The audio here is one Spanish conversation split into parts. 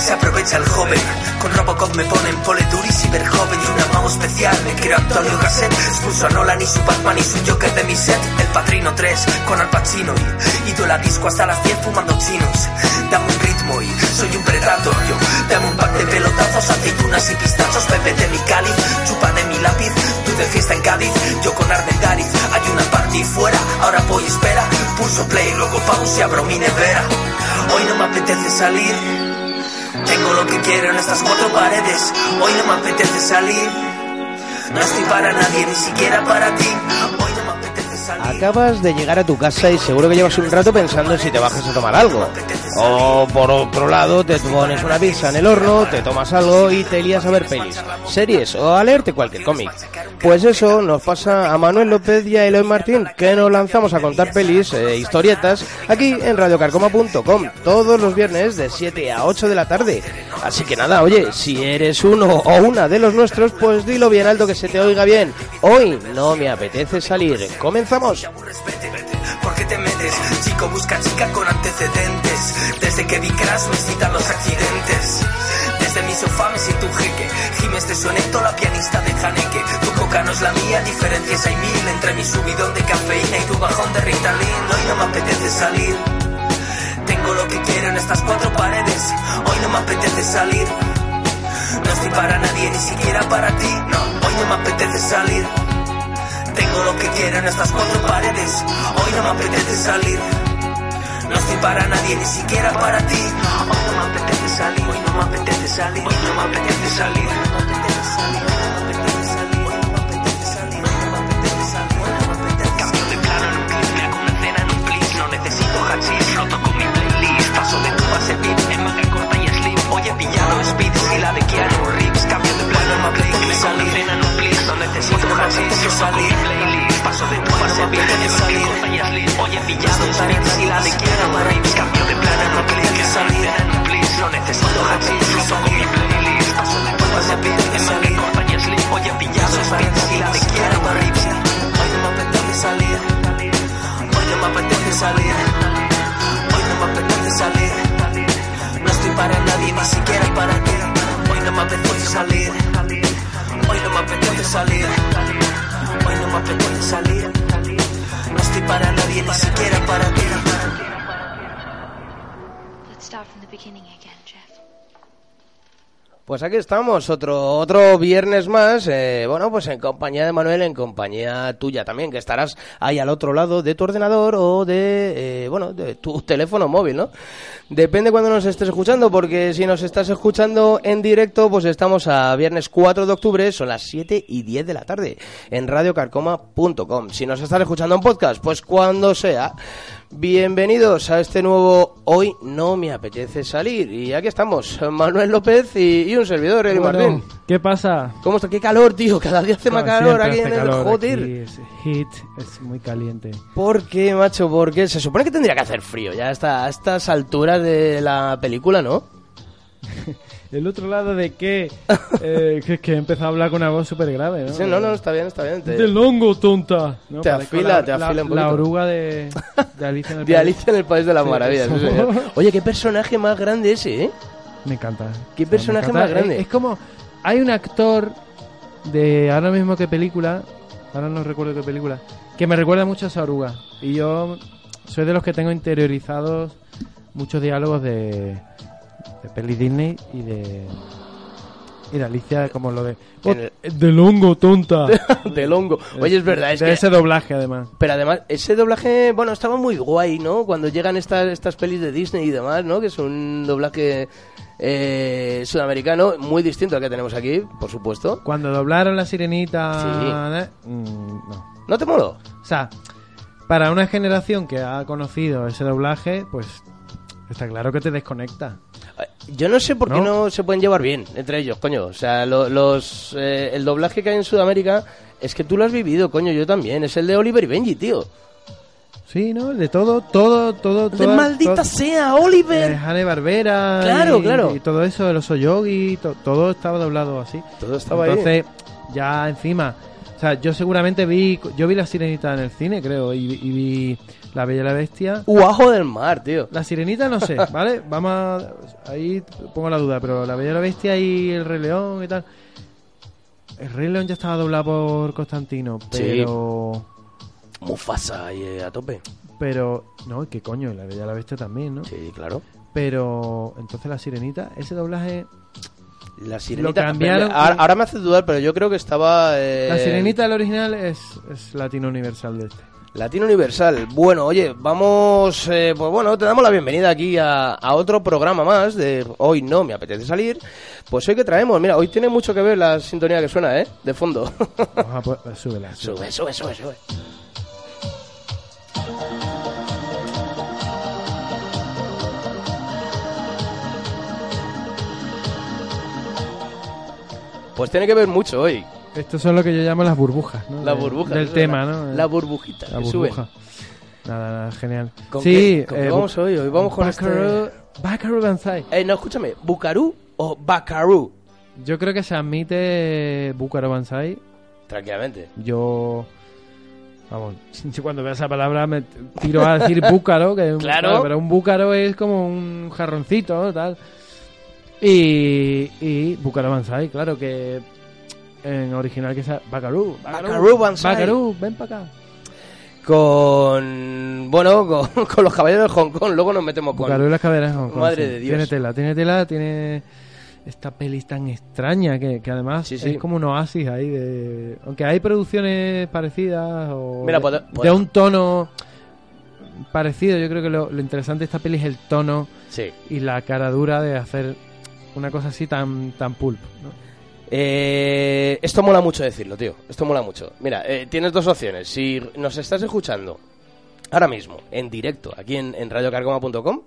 se aprovecha el joven. Con Robocop me ponen pole y ciberjoven y una mano especial. Me quiero Antonio Gasset, expulso a Nolan y su Batman y su Joker de mi set. El Patrino 3 con Al Pacino y, y tú la disco hasta las 10 fumando chinos. Dame un ritmo y soy un predator yo. Dame un pack de pelotazos, aceitunas y pistachos. Pepe de mi cáliz, chupa de mi lápiz. Tú de fiesta en Cádiz, yo con Armendáriz. Hay una party fuera, ahora voy espera. Pulso play, luego pausa y abro mi nevera. Hoy no me apetece salir. Tengo lo que quiero en estas cuatro paredes. Hoy no me apetece salir. No estoy para nadie, ni siquiera para ti. Hoy no me apetece salir. Acabas de llegar a tu casa y seguro que llevas un rato pensando en si te bajas a tomar algo. O por otro lado, te pones una pizza en el horno, te tomas algo y te lías a ver pelis, series o a leerte cualquier cómic. Pues eso nos pasa a Manuel López y a Eloy Martín, que nos lanzamos a contar pelis, e historietas, aquí en radiocarcoma.com, todos los viernes de 7 a 8 de la tarde. Así que nada, oye, si eres uno o una de los nuestros, pues dilo bien alto que se te oiga bien. Hoy no me apetece salir. Comenzamos. Te aburres, vete, vete. ¿Por qué te metes? Chico busca chica con antecedentes. Desde que vi Crash me citan los accidentes. Desde mi sofá me siento un jeque. Jiménez de soneto, la pianista de Haneke. Tu coca no es la mía, diferencias hay mil entre mi subidón de cafeína y tu bajón de Ritalin. Hoy no me apetece salir. Tengo lo que quiero en estas cuatro paredes. Hoy no me apetece salir. No estoy para nadie, ni siquiera para ti. No, hoy no me apetece salir. Tengo lo que quiero en estas cuatro paredes. Hoy no me apetece salir. No estoy para nadie, ni siquiera para ti. Hoy no me apetece salir. Hoy no me apetece salir. Hoy no me apetece salir. Hoy no me apetece salir. Hoy no me apetece salir. Hoy no me apetece salir. Hoy no me apetece salir. Hoy no me apetece salir. Cambio de plano en un clip, me hago una cena en un plis. No necesito hachís, roto con mi playlist. Paso de cubas en beat, en manga corta y slip. Hoy he pillado speeds y la de Keanu Reeves. Cambio de plano en un clip, me hago una cena en un plis. No necesito hachís, roto con mi playlist. Paso de cubas en beat, en manga corta y slip. Hoy he pillado speeds y la de Keanu Reeves. Cambio de plano en un clip, me hago una cena en un plis. No necesito hachís, roto con mi playlist. Paso de cubas en beat, en manga corta y slip. Hoy he pillado speeds y la de Keanu Reeves. Hoy no me apetece salir. Hoy no me apetece salir. Hoy no me apetece salir. No estoy para nadie, ni siquiera para ti. Hoy no me apetece salir. Hoy no me apetece salir. Hoy no me apetece salir. No estoy para nadie, ni siquiera para ti. Let's start from the beginning again, Jeff. Pues aquí estamos, otro, otro viernes más, eh, bueno, pues en compañía de Manuel, en compañía tuya también, que estarás ahí al otro lado de tu ordenador o de, eh, bueno, de tu teléfono móvil, ¿no? Depende cuando nos estés escuchando, porque si nos estás escuchando en directo, pues estamos a viernes 4 de octubre, son las 7 y 10 de la tarde, en radiocarcoma.com. Si nos estás escuchando en podcast, pues cuando sea, Bienvenidos a este nuevo Hoy no me apetece salir. Y aquí estamos, Manuel López y, y un servidor, Eri Bueno, Martín. ¿Qué pasa? ¿Cómo está? ¡Qué calor, tío! Cada día hace más No, calor siempre aquí en hace el calor joder. aquí, es hit, es muy caliente. ¿Por qué, macho? ¿Por qué? Se supone que tendría que hacer frío ya hasta, a estas alturas de la película, ¿no? El otro lado de que, eh, que, que he empezado a hablar con una voz súper grave, ¿no? Sí, no, no, está bien, está bien. te- Del hongo, tonta. No, Te parezco afila, la- te afila la, un La poquito. oruga de, de Alicia en el De País. Alicia en el País de las Sí, Maravillas. eso. sí, señor. Oye, qué personaje más grande ese, ¿eh? Me encanta. Qué O sea, me personaje encanta. más grande. Es, es como, hay un actor de ahora mismo qué película, ahora no recuerdo qué película, que me recuerda mucho a esa oruga. Y yo soy de los que tengo interiorizados muchos diálogos de, de peli Disney y de... Y de Alicia, como lo de... En Del hongo, tonta. Del hongo. Oye, es verdad, es de que... ese doblaje, además. Pero además, ese doblaje, bueno, estaba muy guay, ¿no? Cuando llegan estas, estas pelis de Disney y demás, ¿no? Que es un doblaje eh, sudamericano muy distinto al que tenemos aquí, por supuesto. Cuando doblaron La Sirenita... Sí. mm, no. ¿No te moló? O sea, para una generación que ha conocido ese doblaje, pues está claro que te desconecta. Eh, Yo no sé por qué ¿No? no se pueden llevar bien entre ellos, coño. O sea, lo- los, eh, el doblaje que hay en Sudamérica es que tú lo has vivido, coño, yo también. Es el de Oliver y Benji, tío. Sí, ¿no? De todo, todo, todo, ¡De todas- maldita to- sea, de Oliver! Hanna Barbera. Claro, y, claro. Y todo eso, el oso yogi, to- todo estaba doblado así. Todo estaba ahí. Entonces, ya encima, O sea, yo seguramente vi. Yo vi La Sirenita en el cine, creo. Y, y vi La Bella y la Bestia. Uajo del mar, tío. La Sirenita no sé, ¿vale? Vamos a. Ahí pongo la duda, pero La Bella y la Bestia y El Rey León y tal. El Rey León ya estaba doblado por Constantino, Sí. pero. Mufasa ahí eh, a tope. Pero. No, qué coño, La Bella y la Bestia también, ¿no? Sí, claro. Pero. Entonces La Sirenita, ese doblaje. La Lo sirenita. cambiaron. Ahora, ahora me hace dudar, pero yo creo que estaba. eh, La Sirenita, el original, es, es latino universal de este. Latino Universal. Bueno, oye, vamos, eh, pues bueno, te damos la bienvenida aquí a, a otro programa más de hoy no me apetece salir. Pues hoy que traemos, mira, hoy tiene mucho que ver la sintonía que suena, ¿eh? De fondo. Vamos a po- súbela, súbela. sube, sube, sube, eh. sube. Pues tiene que ver mucho hoy. Estos son lo que yo llamo las burbujas, ¿no? La De- burbuja. Del eso, tema, la- ¿no? La burbujita. La que sube. burbuja. Nada, nada, genial. ¿Con sí, qué- con qué eh, vamos bu- hoy? Hoy vamos con Buckaroo- este- Buckaroo Banzai. Eh, no, escúchame, ¿Bucarú o Bacarú? Yo creo que se admite Bucaro Banzai. Tranquilamente. Yo. Vamos, yo cuando veo esa palabra me t- tiro a decir búcaro, que es un- Claro. Pero un búcaro es como un jarroncito, tal. Y. Y Búcaro Banzai, claro, que. En original que sea Bacarú. Buckaroo Banzai. Bacarú, ven para acá. Con. Bueno, con, con los caballeros de Hong Kong, luego nos metemos con. Bucaro y las caderas de Hong Kong, Madre sí. de Dios. Tiene tela, tiene tela, tiene esta peli tan extraña que, que además Sí, sí. es como un oasis ahí de... Aunque hay producciones parecidas o Mira, de, pode- de pode- un tono parecido, yo creo que lo, lo interesante de esta peli es el tono Sí. y la cara dura de hacer una cosa así tan, tan pulp. ¿no? Eh, esto mola mucho decirlo, tío. Esto mola mucho. Mira, eh, tienes dos opciones. Si nos estás escuchando ahora mismo, en directo, aquí en, en radiocarcoma.com,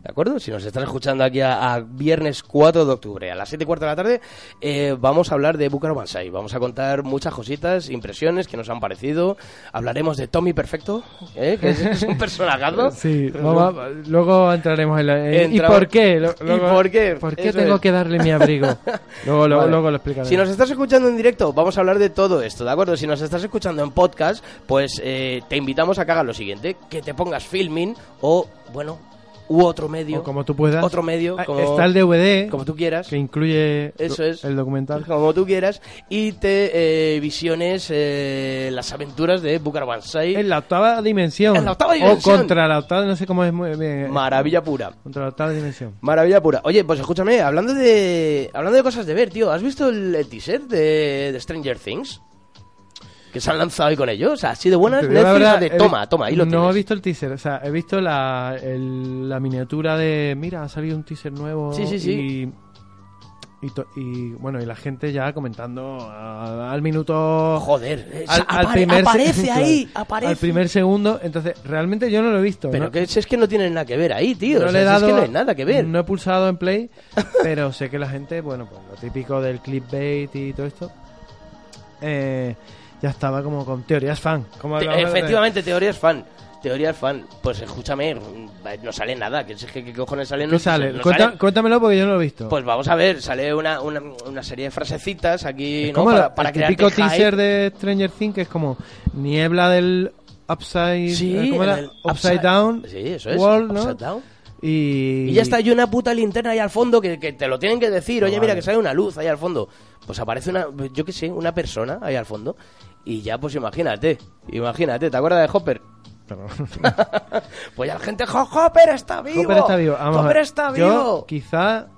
¿de acuerdo? Si nos estás escuchando aquí a, a viernes 4 de octubre, a las 7 y cuarto de la tarde, eh, vamos a hablar de Bucaro Banzai. Vamos a contar muchas cositas, impresiones que nos han parecido. Hablaremos de Tommy Perfecto, ¿eh? que es, es un personajazo. Sí, vamos a- luego entraremos en la... eh, ¿Y Entramos- por qué? Lo- ¿Y luego- por qué? ¿Por qué Eso tengo es. que darle mi abrigo? luego, luego, Vale. luego lo explicaré. Si nos estás escuchando en directo, vamos a hablar de todo esto, ¿de acuerdo? Si nos estás escuchando en podcast, pues eh, te invitamos a que hagas lo siguiente, que te pongas filming o, bueno, u otro medio. O como tú puedas. Otro medio, Ah, como- Está el DVD, como tú quieras. que incluye Eso lo- es. el documental. Como tú quieras. Y te eh, visiones eh, las aventuras de Bucar Banzai. En la octava dimensión. En la octava dimensión. O contra la octava, no sé cómo es muy bien. Maravilla pura. Contra la octava dimensión. Maravilla pura. Oye, pues escúchame, hablando de hablando de cosas de ver, tío, ¿has visto el, el teaser de, de Stranger Things? Que se han lanzado hoy con ellos, o sea, así de buenas. Te digo la Netflix, verdad, de, he vi- toma, toma, ahí lo No he tienes. visto el teaser, o sea, he visto la, el- la miniatura de. Mira, ha salido un teaser nuevo. Sí, sí, sí. Y, y, to- y, bueno, y la gente ya comentando a- al minuto. Joder, eh, Al, al apare- primer se- aparece ahí, claro, aparece. Al primer segundo, entonces realmente yo no lo he visto. Pero ¿no? que si es que no tienen nada que ver ahí, tío. o No le sea, he si dado- es que no hay nada que ver. No he pulsado en play, pero sé que la gente, bueno, pues lo típico del clickbait y todo esto, eh, ya estaba como con teorías fan. Como Te- hablaba de- efectivamente, teoría es fan. Teoría es fan. Pues escúchame, mm, no sale nada. Que es que qué cojones sale, ¿Qué no sale? no Cuenta- sale. Cuéntamelo porque yo no lo he visto. Pues vamos a ver, sale una, una, una serie de frasecitas aquí, Es ¿no? como Para, el- para el crearte típico hype. teaser de Stranger Things que es como niebla del upside, Sí, eh, ¿cómo en era? el upside down Sí, eso es. world, ¿no? upside down. Y... Y ya está, hay una puta linterna ahí al fondo que, que te lo tienen que decir. Oye, Ah, mira vale. que sale una luz ahí al fondo. Pues aparece una, yo qué sé, una persona ahí al fondo. Y ya, pues imagínate, imagínate, ¿te acuerdas de Hopper? Pero- pues ya la gente, "Jo, Hopper está vivo. Hopper está vivo. Vamos a Hopper ver. está Yo vivo. quizá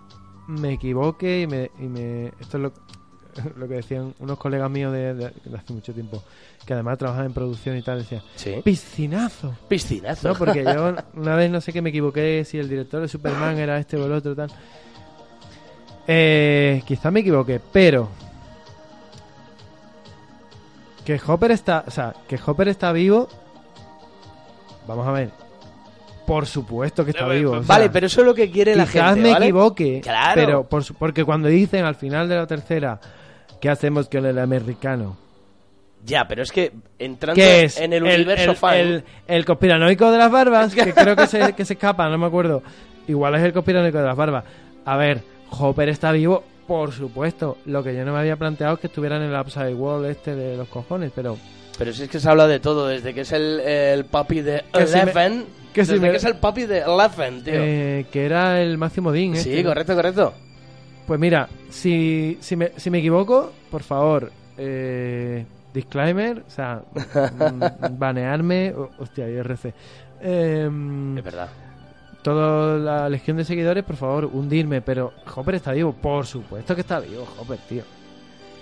me equivoque y me... y me- esto es lo, lo que decían unos colegas míos de, de- de hace mucho tiempo, que además trabajaban en producción y tal, decían, "Eh, Sí. piscinazo. Piscinazo. No, porque yo una vez no sé qué me equivoqué, si el director de Superman era este o el otro, tal. Eh, quizá me equivoqué, pero... Que Hopper está... O sea, que Hopper está vivo... Vamos a ver. Por supuesto que está vivo. o sea, Vale, pero eso es lo que quiere la Quizás gente, me ¿vale? equivoque, Claro. pero por su- porque cuando dicen al final de la tercera, ¿qué hacemos con el americano? Ya, pero es que entrando ¿Qué es? en el, universo fan... El, el conspiranoico de las barbas, que creo que se, que se escapa, no me acuerdo. Igual es el conspiranoico de las barbas. A ver, Hopper está vivo, Por supuesto, lo que yo no me había planteado es que estuvieran en el Upside World este de los cojones, pero Pero si es que se habla de todo, desde que es el, el papi de Que si me- Eleven. que si desde me- que es el papi de Eleven, tío. eh, que era el máximo Dean. sí, este, ¿no? correcto, correcto. Pues mira, si, si, me, si me equivoco, por favor, eh, disclaimer, o sea, mm, banearme, oh, hostia, IRC. Em, Es verdad. toda la legión de seguidores, por favor, hundirme, pero Hopper está vivo, por supuesto que está vivo, Hopper, tío.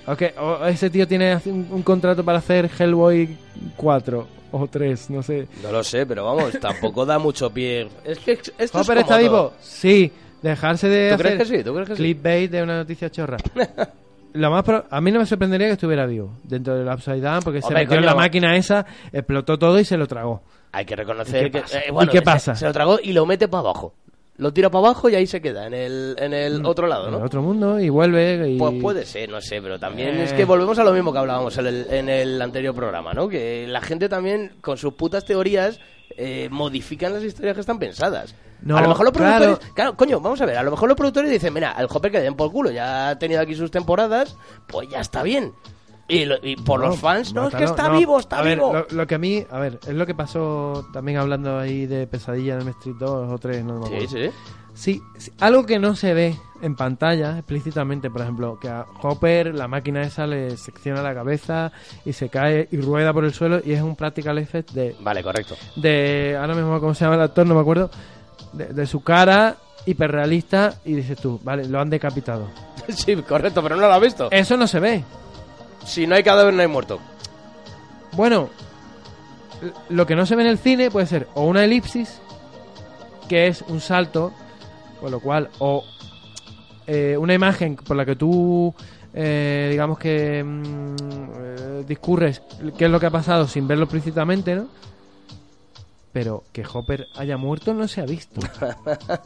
Aunque o ese tío tiene un, un contrato para hacer Hellboy 4 o 3, no sé. No lo sé, pero vamos, tampoco da mucho pie. Es que esto es ¿Hopper como está todo. vivo? Sí. Dejarse de ¿Tú hacer crees que sí? ¿Tú crees que sí? clickbait de una noticia chorra. Lo más pro- A mí no me sorprendería que estuviera vivo dentro del Upside Down porque se Hombre, metió en coño. la máquina esa, explotó todo y se lo tragó. Hay que reconocer ¿Y qué que. pasa? eh, bueno, ¿Y qué se- pasa? Se, lo tragó y lo mete para abajo. Lo tira para abajo y ahí se queda, en el, en el otro lado, Mm. En ¿no? otro mundo y vuelve. Y... Pues puede ser, no sé, pero también Eh. es que volvemos a lo mismo que hablábamos en el, en el anterior programa, ¿no? Que la gente también, con sus putas teorías, eh, modifican las historias que están pensadas. No, a lo mejor los claro. productores. Claro. coño, vamos a ver. A lo mejor los productores dicen: Mira, al Hopper que le den por culo, ya ha tenido aquí sus temporadas, pues ya está bien. Y, lo- y por los fans, no, es que mátalo, está no. vivo, está a ver, vivo. Lo, lo que a mí, a ver, es lo que pasó también hablando ahí de Pesadilla en el Street 2 o 3, no me acuerdo. Sí, sí. Sí, sí, algo que no se ve en pantalla explícitamente, por ejemplo, que a Hopper la máquina esa le secciona la cabeza y se cae y rueda por el suelo y es un practical effect de, Vale, correcto. de ahora mismo cómo se llama el actor, no me acuerdo, de, de su cara hiperrealista y dices tú, vale, lo han decapitado. sí, correcto, pero no lo has visto. Eso no se ve. Si no hay cadáver, no hay muerto. Bueno, lo que no se ve en el cine puede ser o una elipsis, que es un salto, con lo cual, o eh, una imagen por la que tú, eh, digamos que mm, eh, discurres qué es lo que ha pasado sin verlo explícitamente, ¿no? Pero que Hopper haya muerto no se ha visto.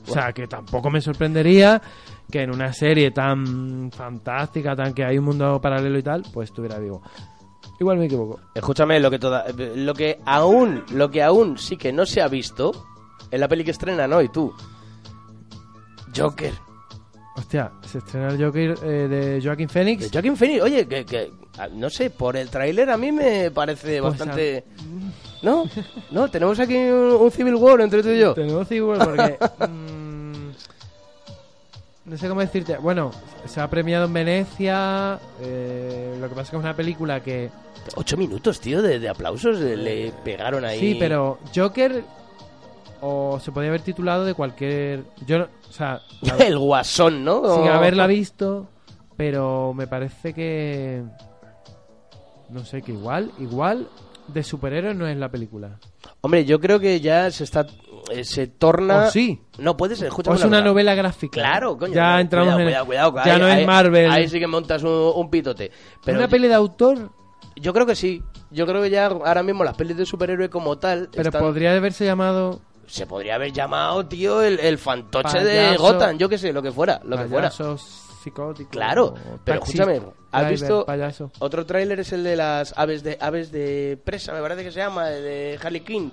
O sea, que tampoco me sorprendería que en una serie tan fantástica, tan que hay un mundo paralelo y tal, pues estuviera vivo. Igual me equivoco. Escúchame, lo que toda, lo que aún, lo que aún sí que no se ha visto en la peli que estrenan hoy, tú. Joker. Hostia, se estrena el Joker eh, de Joaquin Phoenix. De Joaquin Phoenix, oye, que, que- ah, no sé, por el tráiler a mí me parece Pues, bastante. No, no, tenemos aquí un, un Civil War entre tú y yo. Tenemos Civil porque... mm, no sé cómo decirte. Bueno, se ha premiado en Venecia. eh, lo que pasa es que es una película que... Ocho minutos, tío, de, de aplausos eh, le pegaron ahí. Sí, pero Joker... O se podía haber titulado de cualquier... Yo no... O sea, la- El guasón, ¿no? sin O- haberla visto, pero me parece que no sé, que igual, igual de superhéroes no es la película. Hombre, yo creo que ya se está. eh, se torna. O Oh, sí. No puedes, escúchame. O es una cosa. novela gráfica. Claro, coño. Ya no, entramos cuidado, en Cuidado, cuidado, ya ahí- no ahí- es Marvel. Ahí sí que montas un, un pitote. Pero una yo, peli de autor, yo creo que sí. Yo creo que ya ahora mismo las pelis de superhéroe como tal. pero están- podría haberse llamado Se podría haber llamado, tío, el, el fantoche de Payaso. Gotham. Yo qué sé, lo que fuera. Lo que fuera. Payaso psicótico. Claro, o pero Taxi escúchame, ¿has Driver, visto- payaso? Otro tráiler es el de las aves de aves de presa, me parece que se llama, de Harley Quinn.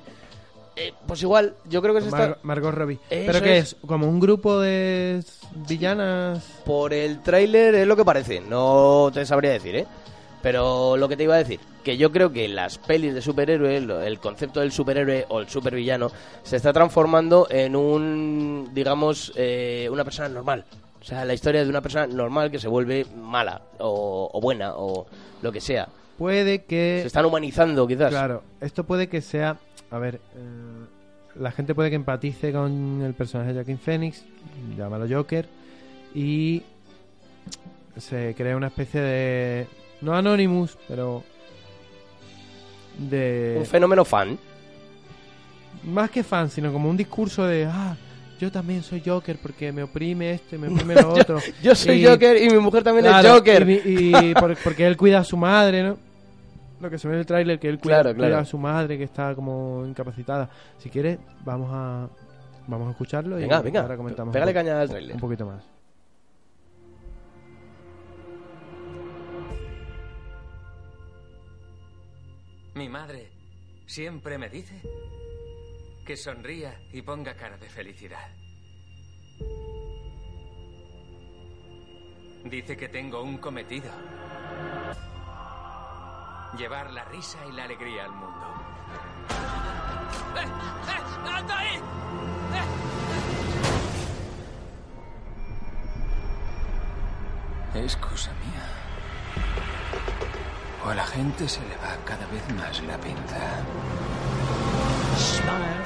Eh, pues igual, yo creo que se está... Mar- Margot Robbie. Eso pero que es. es? como un grupo de villanas. Por el tráiler es lo que parece, no te sabría decir, ¿eh? Pero lo que te iba a decir, que yo creo que las pelis de superhéroes, lo- el concepto del superhéroe o el supervillano, se está transformando en un, digamos, eh, una persona normal. O sea, la historia de una persona normal que se vuelve mala o, o buena o lo que sea. Puede que Se están humanizando quizás. Claro, esto puede que sea. A ver, eh, la gente puede que empatice con el personaje de Joaquin Phoenix, llámalo Joker, y se crea una especie de. No Anonymous, pero. De. Un fenómeno fan. Más que fan, sino como un discurso de. Ah, yo también soy Joker porque me oprime esto y me oprime lo otro. Yo soy Y- Joker y mi mujer también Claro, es Joker. Y, y por- porque él cuida a su madre, ¿no? Lo que se ve en el tráiler, que él cuida, Claro, claro. cuida a su madre que está como incapacitada. Si quieres, vamos a vamos a escucharlo Venga, y venga. ahora comentamos Pégale un, po- caña al tráiler. un poquito más. Mi madre siempre me dice que sonría y ponga cara de felicidad. Dice que tengo un cometido. Llevar la risa y la alegría al mundo. ¡Eh! ¡Eh! ¡Alto ahí! ¡Eh! Es cosa mía. O a la gente se le va cada vez más la pinta. Smile,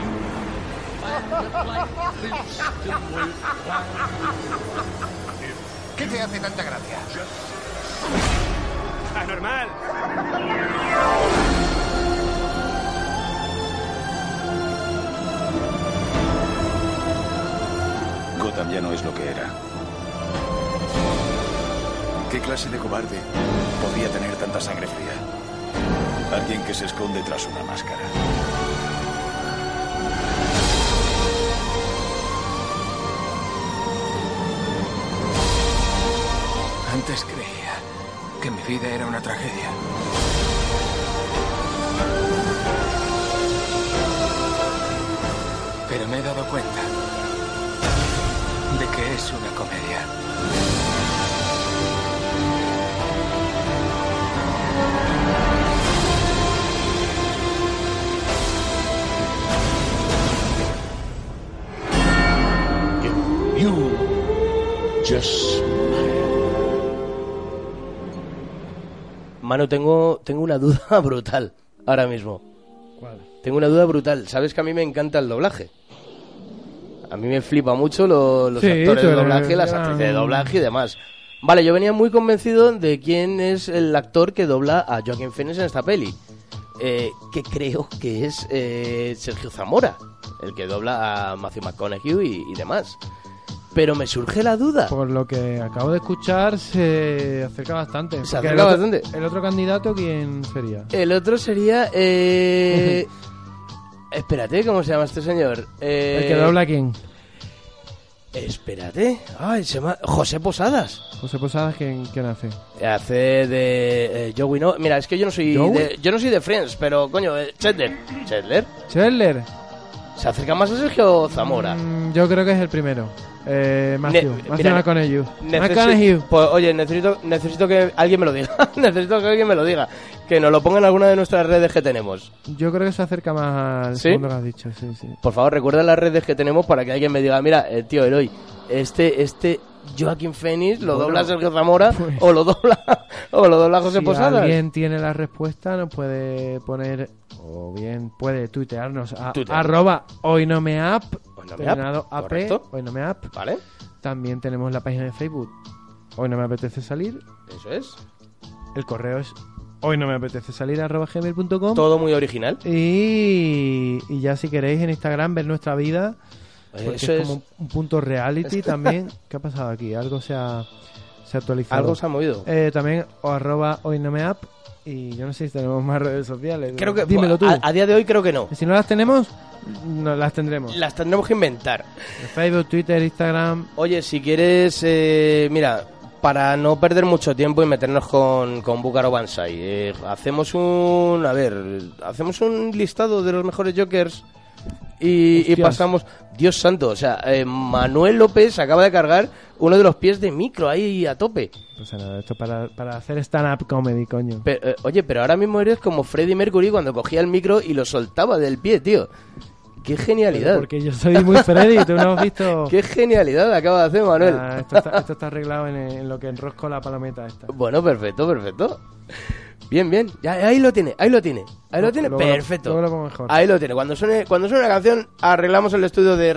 you'll find that life is still worthwhile. ¿Qué te hace tanta gracia? ¡Anormal! Gotham ya no es lo que era. ¿Qué clase de cobarde podría tener tanta sangre fría? Alguien que se esconde tras una máscara. Antes creía que mi vida era una tragedia. Pero me he dado cuenta de que es una comedia. You just Manu, tengo, tengo una duda brutal ahora mismo. ¿Cuál? Tengo una duda brutal. Sabes que a mí me encanta el doblaje. A mí me flipa mucho lo- los Sí, actores tú de eres- doblaje, las ya- actrices de doblaje y demás. Vale, yo venía muy convencido de quién es el actor que dobla a Joaquín Phoenix en esta peli. Eh, que creo que es eh, Sergio Zamora, el que dobla a Matthew McConaughey y, y demás. Pero me surge la duda. Por lo que acabo de escuchar, se acerca bastante. Se Porque acerca el otro, bastante. ¿El otro candidato quién sería? El otro sería... eh, Espérate, ¿cómo se llama este señor? Eh, ¿El que dobla a quién? Espérate. Ay, se llama José Posadas. José Posadas, ¿quién, quién hace? Hace de eh, Joey no. Mira, es que yo no soy ¿Joey? de, yo no soy de Friends, pero coño, eh, Chandler, Chandler ¿Chandler? se acerca más a Sergio Zamora. Mm, yo creo que es el primero. Eh, Matthew. Ne- Matthew mira, McConaughey. Necesi- McConaughey. Pues, oye, necesito necesito que alguien me lo diga. necesito que alguien me lo diga, que nos lo ponga en alguna de nuestras redes que tenemos. Yo creo que se acerca más al ¿Sí? segundo que has dicho. Sí, sí. Por favor, recuerda las redes que tenemos para que alguien me diga, mira, eh, tío Eloy, este este Joaquín Phoenix lo Bueno, dobla Sergio Zamora pues. o lo dobla o lo dobla José si Posadas. alguien tiene la respuesta, nos puede poner o bien puede tuitearnos a Tuitear. arroba hoy no me app, Hoy no me terminado app, AP, correcto. hoy no me app. ¿Vale? También tenemos la página de Facebook. Hoy no me apetece salir. Eso es. El correo es hoy no me apetece salir arroba gmail.com. Todo muy original. Y, y ya si queréis en Instagram ver nuestra vida, porque Eso es es. como un- un punto reality también. ¿Qué ha pasado aquí? Algo se ha, se ha actualizado. Algo se ha movido. Eh, también o arroba hoy no me app y yo no sé si tenemos más redes sociales. Creo que pues, Dímelo tú. A, a día de hoy creo que no. Si no las tenemos, no las tendremos. Las tendremos que inventar. Facebook, Twitter, Instagram. Oye, si quieres, eh, mira, para no perder mucho tiempo y meternos con, con Búcaro Banzai, eh, hacemos un. A ver, hacemos un listado de los mejores Jokers y, y Hostias. pasamos. Dios santo, o sea, eh, Manuel López acaba de cargar uno de los pies de micro ahí a tope. O sea, nada, esto para, para hacer stand-up comedy, coño. Pe- eh, oye, pero ahora mismo eres como Freddie Mercury cuando cogía el micro y lo soltaba del pie, tío. ¡Qué genialidad! Porque yo soy muy Freddy, tú no has visto. ¡Qué genialidad acaba de hacer Manuel! Ah, esto, está, esto está arreglado en, en lo que enrosco la palometa esta. Bueno, perfecto, perfecto. Bien, bien. Ya, ahí lo tiene, ahí lo tiene. Ahí lo Luego- tiene, luego lo- perfecto. luego lo pongo mejor. Ahí lo tiene. Cuando suene, cuando suene la canción, arreglamos el estudio de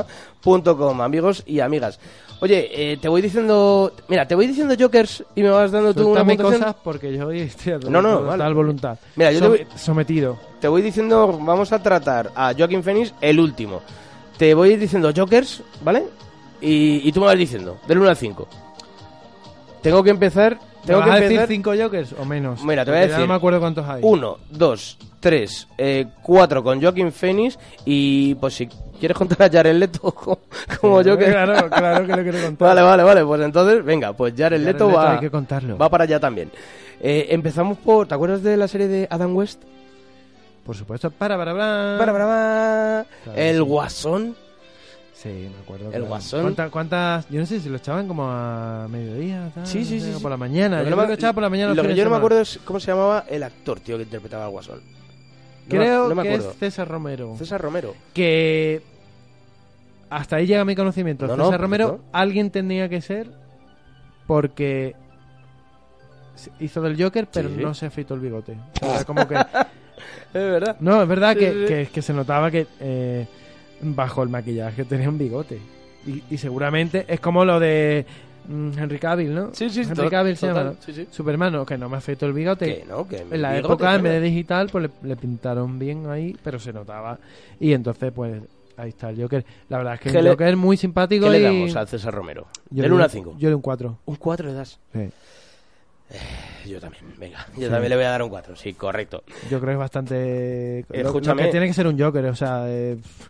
radiocarcoma.com, amigos y amigas. Oye, eh, te voy diciendo. Mira, te voy diciendo Jokers y me vas dando tú una Suéltame puntuación. cosas porque yo hoy estoy a No, no, vale. tal voluntad. Mira, yo te Some- voy- Sometido. Te voy diciendo, vamos a tratar a Joaquín Phoenix el último. Te voy diciendo Jokers, ¿vale? Y, y tú me vas diciendo, del 1 al 5. Tengo que empezar Tengo vas que a decir empezar- cinco Jokers o menos? Mira, te voy a Porque ya decir. No me acuerdo cuántos hay. Uno, dos, tres, eh, cuatro con Joaquín Phoenix y pues si quieres contar a Jared Leto co- como Sí, Joker. Claro, claro que lo quiero contar. Vale, vale, vale. Pues entonces, venga, pues Jared, Jared Leto, Leto va, hay que contarlo. va para allá también. Eh, empezamos por. ¿Te acuerdas de la serie de Adam West? Por supuesto. Para, para, para. Para, para, para. Ah. Claro, el sí. Guasón. Sí, me acuerdo. El claro. Guasón. ¿Cuánta- ¿Cuántas? Yo no sé si lo echaban como a mediodía. tal, Sí, sí, no sé, sí, o sí. Por la mañana. Lo que yo no me- creo que echaba por la mañana. los Lo que fines yo no de me semana. acuerdo es cómo se llamaba el actor, tío, que interpretaba al Guasón. No me- Creo no me que acuerdo. es César Romero. César Romero. Que. Hasta ahí llega mi conocimiento. No, no, César Romero, no. alguien tenía que ser. Porque. se- Hizo del Joker, pero Sí. no se afeitó el bigote. O sea, como que. Es verdad. No, es verdad Sí, que, sí, sí. que- que se notaba que eh, bajo el maquillaje tenía un bigote. Y, y seguramente es como lo de mm, Henry Cavill, ¿no? Sí, sí, Henry to- Cavill se total, llama. ¿no? sí, sí. Superman, no, que no me afectó el bigote. Que no, que En la bigote, época, en vez de claro. digital, pues le, le pintaron bien ahí, pero se notaba. Y entonces, pues, ahí está el Joker. La verdad es que ¿Qué el le- Joker es muy simpático ¿Qué le y... damos a César Romero? Yo Del le- 1 al 5. Yo le un 4. Un 4 le das. Sí. Yo también, venga. Yo también le voy a dar un 4, sí, correcto. Yo creo que es bastante... lo- lo Escúchame. que tiene que ser un Joker, o sea, eh, pff,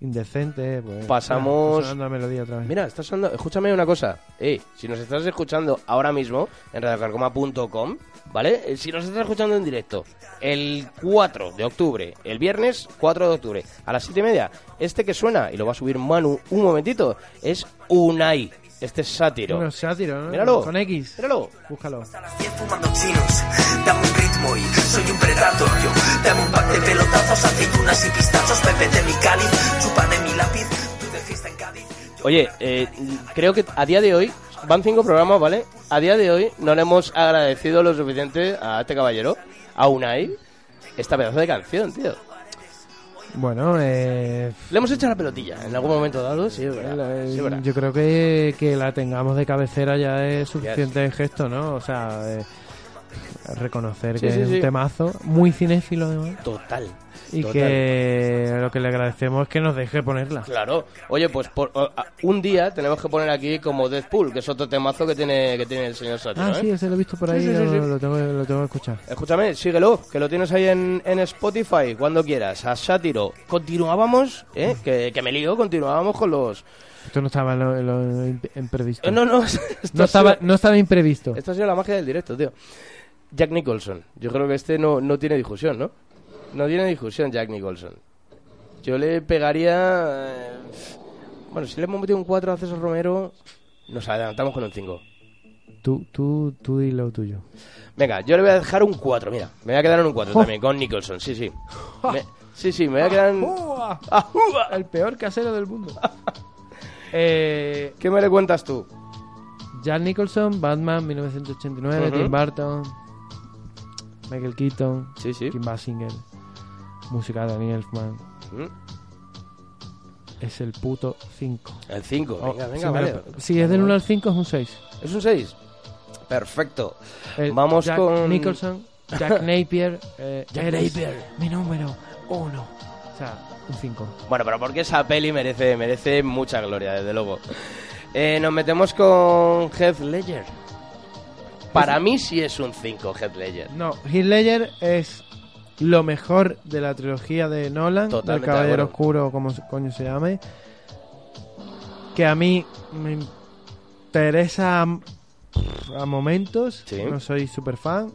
indecente. Pues, Pasamos- Mira, está sonando la melodía otra vez. Mira, estás sonando- Escúchame una cosa. Eh, si nos estás escuchando ahora mismo en radiocarcoma.com, ¿vale? Eh, Si nos estás escuchando en directo el 4 de octubre, el viernes 4 de octubre, a las 7 y media, este que suena, y lo va a subir Manu un momentito, es Unai. Este es sátiro. Bueno, sátiro, ¿no? Míralo. Con X. Míralo. Búscalo. A las 10 fumando chinos, dame un ritmo y soy un predator yo. Dame un pack de pelotazos, aceitunas y pistachos, bebete mi cáliz, chúpame mi lápiz, tú de fiesta en Cádiz. yo- Oye, eh, creo que a día de hoy van cinco programas, ¿vale? A día de hoy no le hemos agradecido lo suficiente a este caballero, a Unai, esta pedazo de canción, tío. Bueno, eh, Le hemos hecho la pelotilla en algún momento dado, sí, es verdad. eh, sí, es verdad. yo creo que, que la tengamos de cabecera ya es suficiente gesto, ¿no? O sea, eh, reconocer Sí, que sí, es sí. un temazo, muy cinéfilo además, Total. y total. que lo que le agradecemos es que nos deje ponerla. Claro. Oye, pues por, o- a- un día tenemos que poner aquí como Deadpool, que es otro temazo que tiene, que tiene el señor Sátiro, Ah, ¿eh? sí, ese lo he visto por ahí, Sí, sí, sí, lo, sí. lo tengo, lo tengo que escuchar. Escúchame, síguelo, que lo tienes ahí en, en Spotify, cuando quieras, a Sátiro. Continuábamos, ¿eh? que, que me lío, continuábamos con los... Esto no estaba en lo, en lo imp- imprevisto. Eh, No, no, esto No ha estaba, sido- no estaba imprevisto. Esta ha sido la magia del directo, tío. Jack Nicholson. Yo creo que este no, no tiene discusión, ¿no? No tiene discusión Jack Nicholson. Yo le pegaría... eh, Bueno, si le hemos metido un 4 a César Romero, nos adelantamos con un 5. Tú, tú, tú y lo tuyo. Venga, yo le voy a dejar un 4, mira. Me voy a quedar en un 4 Oh. también, con Nicholson, sí, sí. Me- Sí, sí, me voy a quedar en... Oh. Ah, Ajúa. El peor casero del mundo. eh, ¿Qué me le cuentas tú? Jack Nicholson, Batman 1989, Ujú. Tim Burton, Michael Keaton, Sí, sí. Kim Basinger, música de Daniel Elfman. Mm, Es el puto 5. El 5, Oh, venga, venga, vale. Si es del 1 al 5 es un 6. Es un 6. Perfecto. Vamos Eh, Jack con- Nicholson, Jack Napier. eh, Jack eres Napier. Mi número 1. O sea, un 5. Bueno, pero porque esa peli merece, merece mucha gloria, desde luego. Eh, nos metemos con Heath Ledger. Para mí sí es un 5 Heath Ledger. No, Heath Ledger es lo mejor de la trilogía de Nolan, del Totalmente de Caballero acuerdo. Oscuro, como se- coño se llame, que a mí me interesa a, a momentos, Sí. no soy super fan.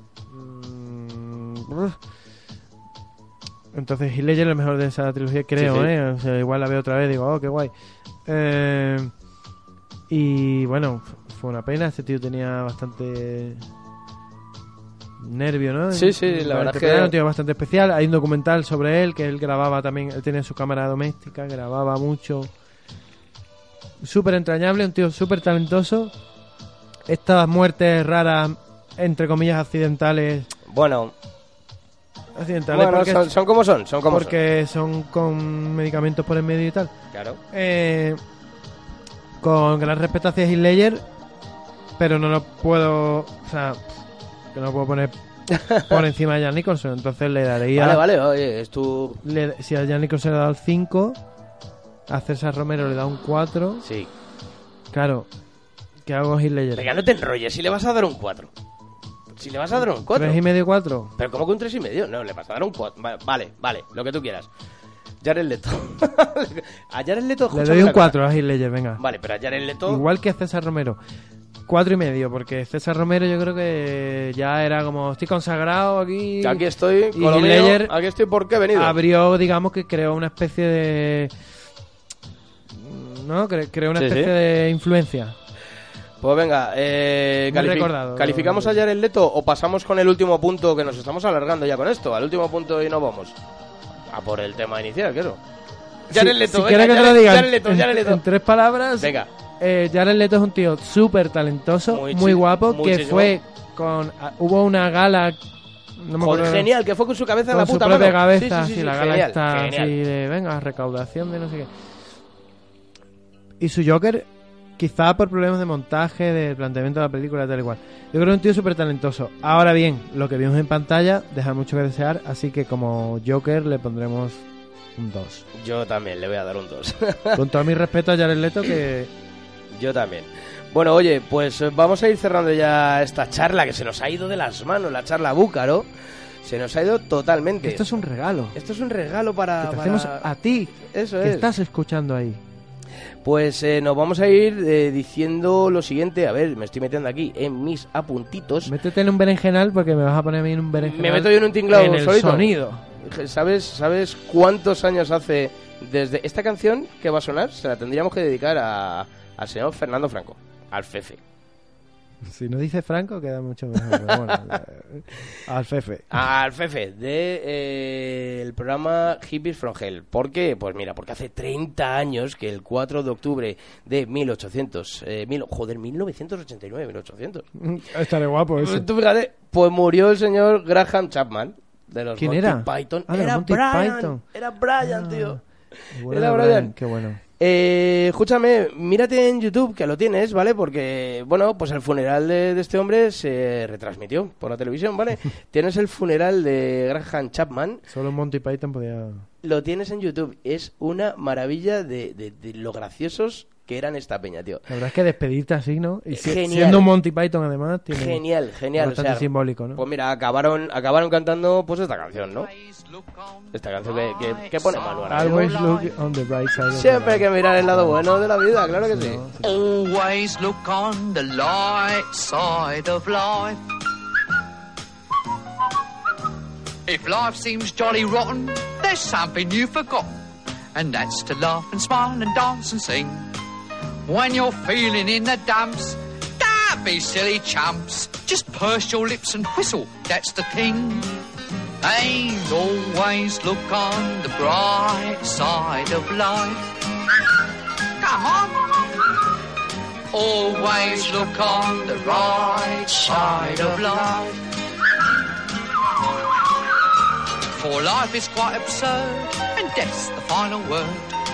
Entonces Heath Ledger es lo mejor de esa trilogía, creo, sí. ¿eh? O sea, igual la veo otra vez y digo, oh, qué guay. Eh, y bueno, f- fue una pena. Este tío tenía bastante nervio, ¿no? Sí, sí, la verdad es que- Era un tío bastante especial. Hay un documental sobre él que él grababa también. Él tenía su cámara doméstica, grababa mucho. Súper entrañable, un tío súper talentoso. Estas muertes raras, entre comillas, accidentales. Bueno, Accidentales bueno, porque, son, son como son, son como porque son con medicamentos por en medio y tal. son. Claro. Eh, con gran respeto hacia Heath Ledger, pero no lo puedo. O sea, que no lo puedo poner por encima de Jan Nicholson. Entonces le daría. Vale, vale, oye, es tu... le- si a Jan Nicholson le da el 5, a César Romero le da un 4. Sí. Claro, ¿qué hago con Heath Ledger? Venga, no te enrolles, si le vas a dar un 4. Si le vas a dar un 4. ¿Tres y medio, cuatro? Pero ¿cómo que un 3 y medio? No, le vas a dar un 4. Vale, vale, lo que tú quieras. Jared Leto. a Jared Leto... Le escúchame doy un una cosa. 4 a Heath Ledger, venga. Vale, pero a Jared Leto... Igual que a César Romero. Cuatro y medio, porque César Romero yo creo que ya era como, estoy consagrado aquí. que Aquí estoy, Y con lo Heath mío, Ledger aquí estoy porque he venido. abrió, digamos que creó una especie de... ¿No? Cre- creó una Sí, sí. especie de influencia. Pues venga, eh, Muy califi- recordado. ¿calificamos a Jared Leto o pasamos con el último punto que nos estamos alargando ya con esto? Al último punto y no vamos. A por el tema inicial, claro. Jared Si- Leto, si venga, quieres que te Jared- lo diga Jared Leto, en, Jared Leto. en tres palabras, Venga. eh, Jared Leto es un tío súper talentoso, Muy muy, chi- guapo, que muchísimo. fue con... ah, Hubo una gala... No me Con- acuerdo- genial, que fue con su cabeza en la con su puta propia mano. cabeza, sí, sí, sí, así, la gala genial, está genial. así de, venga, recaudación de no sé qué. Y su Joker, quizá por problemas de montaje, de planteamiento de la película, tal y cual. Yo creo que es un tío súper talentoso. Ahora bien, lo que vimos en pantalla deja mucho que desear, así que como Joker le pondremos un 2. Yo también le voy a dar un 2. Con todo mi respeto a Jared Leto, que Yo también. Bueno, oye, pues eh, vamos a ir cerrando ya esta charla que se nos ha ido de las manos, la charla Búcaro. Se nos ha ido totalmente. esto es un regalo. Esto es un regalo para... Que te para- hacemos a ti, Eso que es. estás escuchando ahí. Pues eh, nos vamos a ir eh, diciendo lo siguiente. A ver, me estoy metiendo aquí en mis apuntitos. Métete en un berenjenal porque me vas a poner a mí en un berenjenal. meto yo en un tinglado en el solito. sonido. ¿Sabes, ¿Sabes cuántos años hace desde esta canción que va a sonar? Se la tendríamos que dedicar a, al señor Fernando Franco, al Fefe. Si no dice Franco, queda mucho mejor. pero bueno, eh, al Fefe. Al Fefe, de eh, el programa Hippies from Hell. ¿Por qué? Pues mira, porque hace 30 años que el 4 de octubre de 1800... Eh, mil, joder, 1989, 1800. Estaré guapo eso. Tú fíjate, pues murió el señor Graham Chapman. De los ¿Quién Monty era? Python. Ah, de los era Monty Brian. Python. Ah. Era Brian, tío. Era Era Brian. Qué bueno. Eh, escúchame, mírate en YouTube que lo tienes, ¿vale? Porque, bueno, pues el funeral de, de este hombre se retransmitió por la televisión, ¿vale? tienes el funeral de Graham Chapman, Solo Monty Python podía. lo tienes en YouTube. Es una maravilla de, de- de lo graciosos que eran esta peña, tío. La verdad es que despedirte así, ¿no? Y si- Genial. siendo Monty Python, además, tiene. Genial, genial. o Bastante sea, simbólico, ¿no? Pues mira, acabaron, acabaron cantando pues esta canción, ¿no? Esta canción que, que- que pone Manuel. ahora mismo. Always look on the bright side. of Siempre hay life. que mirar el lado bueno de la vida, claro que sí. No, sí. Always look on the light side of life. If life seems jolly rotten, there's something you've forgotten, and that's to laugh and smile and dance and sing. When you're feeling in the dumps, don't be silly chumps. Just purse your lips and whistle, that's the thing. And always look on the bright side of life. Come on! Always look on the right side of life. For life is quite absurd, and death's the final word.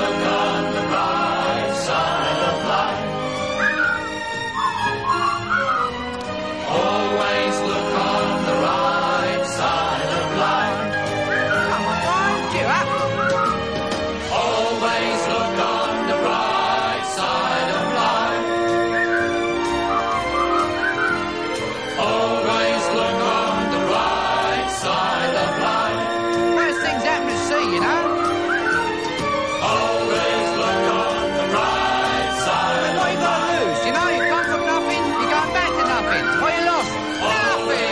look on the bright side of life. Always look on the right side of life. Come on, don't give up. Always look on the right side of life. Always look on the right side of life. First things happen to see, you know. Always look on the right side. And what you got to lose? You know, you come from nothing, you go back to nothing. What you lost? Nothing.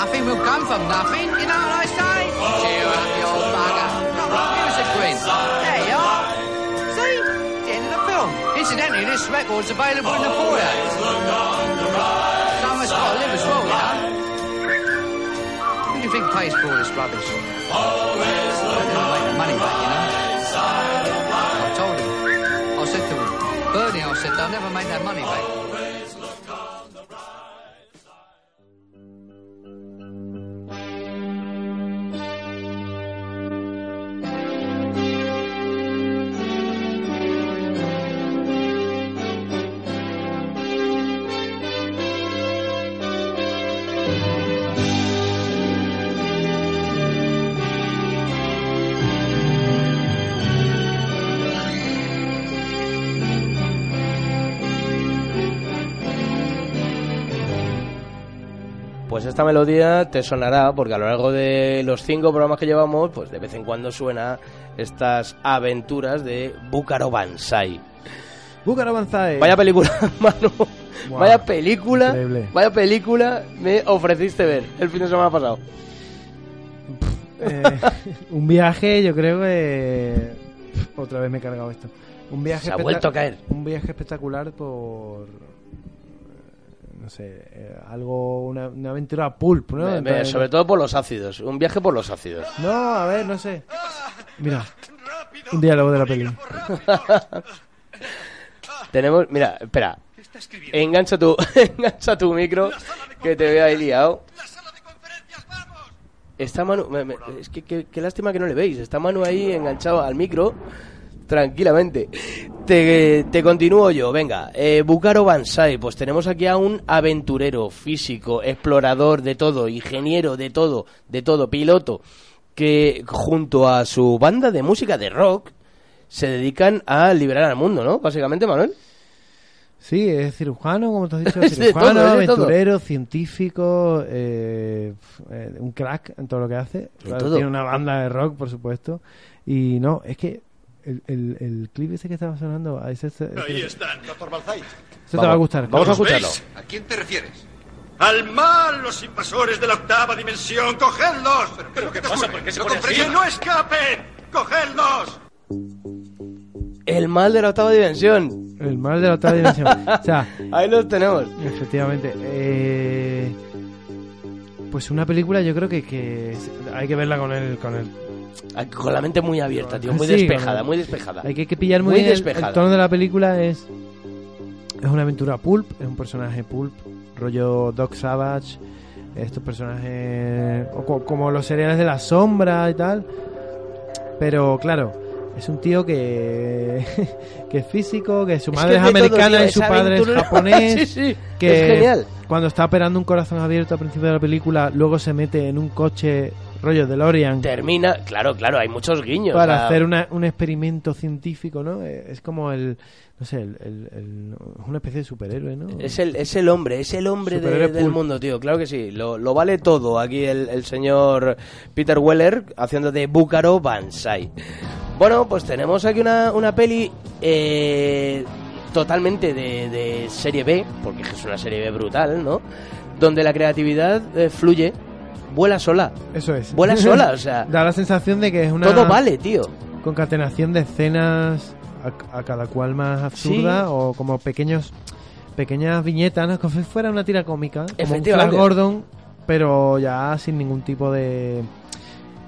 Nothing will come from nothing, you know what I say? Cheer up, you old bugger. Come on, give us a grin. There you are. See? It's the end of the film. Incidentally, this record's available in the foyer. Always look on the pays for all this rubbish? They're gonna make the money back, you know. I told him. I said to him, Bernie, I said, they'll never make that money back. Pues esta melodía te sonará porque a lo largo de los cinco programas que llevamos, pues de vez en cuando suena estas aventuras de Búcaro Banzai. Búcaro Banzai. Vaya película, mano. Guau, vaya película. increíble. Vaya película me ofreciste ver el fin de semana pasado. Eh, un viaje, yo creo que. Otra vez me he cargado esto. Un viaje Se ha espectac- vuelto a caer. Un viaje espectacular por. eh, No sé, eh, algo. Una, una aventura pulp, ¿no? Me- me- Entonces- sobre todo por los ácidos. Un viaje por los ácidos. No, a ver, no sé. Mira, un diálogo de la peli. Tenemos. Mira, espera. Engancha tu, engancha tu micro que te veo ahí liado. Está Manu. me- me- es que que- qué lástima que no le veis. Está Manu ahí enganchado al micro. Tranquilamente. Te, te continúo yo, venga. Eh, Búcaro Banzai, pues tenemos aquí a un aventurero, físico, explorador de todo, ingeniero de todo, de todo, piloto, que junto a su banda de música de rock se dedican a liberar al mundo, ¿no? Básicamente, Manuel. Sí, es cirujano, como te has dicho, Es de cirujano, todo, es de todo. aventurero, científico, eh, pf, eh, un crack en todo lo que hace. En Claro, todo. Tiene una banda de rock, por supuesto. Y no, es que el, el, el clip ese que estaba sonando, a ese, ese- ese- están. Doctor Balzai. ese Este te va a gustar. Vamos a claro. escucharlo. ¿A quién te refieres? Al mal, los invasores de la octava dimensión. ¡Cogedlos! ¿Pero, qué pasa? ¿Por qué se pone así? ¡Que no escapen! ¡Cogedlos! El mal de la octava dimensión. El mal de la otra dimensión. o sea, Ahí los tenemos. Efectivamente. eh, pues una película yo creo que, que es- hay que verla con el, con el... Ah, Con la mente muy abierta, tío. Muy Sí, despejada, con- muy despejada. Hay que, que pillar muy, Muy bien el- el, despejada. tono de la película es... Es una aventura pulp, es un personaje pulp, rollo Doc Savage, estos personajes o co- como los cereales de la sombra y tal. Pero claro, es un tío que, que es físico, que su madre es, de todo, americana tío, y su esa padre es aventura- japonés. sí, sí. que Es genial. cuando está operando un corazón abierto al principio de la película, luego se mete en un coche rollo DeLorean Termina, claro, claro, hay muchos guiños. Ah, para o sea, hacer una- un experimento científico, ¿no? Eh, Es como el, no sé, el, el- el- una especie de superhéroe, ¿no? Es el, es el hombre, es el hombre de- Superhéroe del pulp. mundo, tío. Claro que sí. Lo, lo vale todo aquí el, el señor Peter Weller haciendo de Búcaro Banzai. Bueno, pues tenemos aquí una, una peli eh, totalmente de, de serie B, porque es una serie B brutal, ¿no? Donde la creatividad eh, fluye, vuela sola. Eso es. Vuela sola, o sea. Da la sensación de que es una Todo vale, tío. concatenación de escenas a, a cada cual más absurda Sí. o como pequeños pequeñas viñetas, ¿no? como si fuera una tira cómica, como un Flash Efectivamente. Gordon, pero ya sin ningún tipo de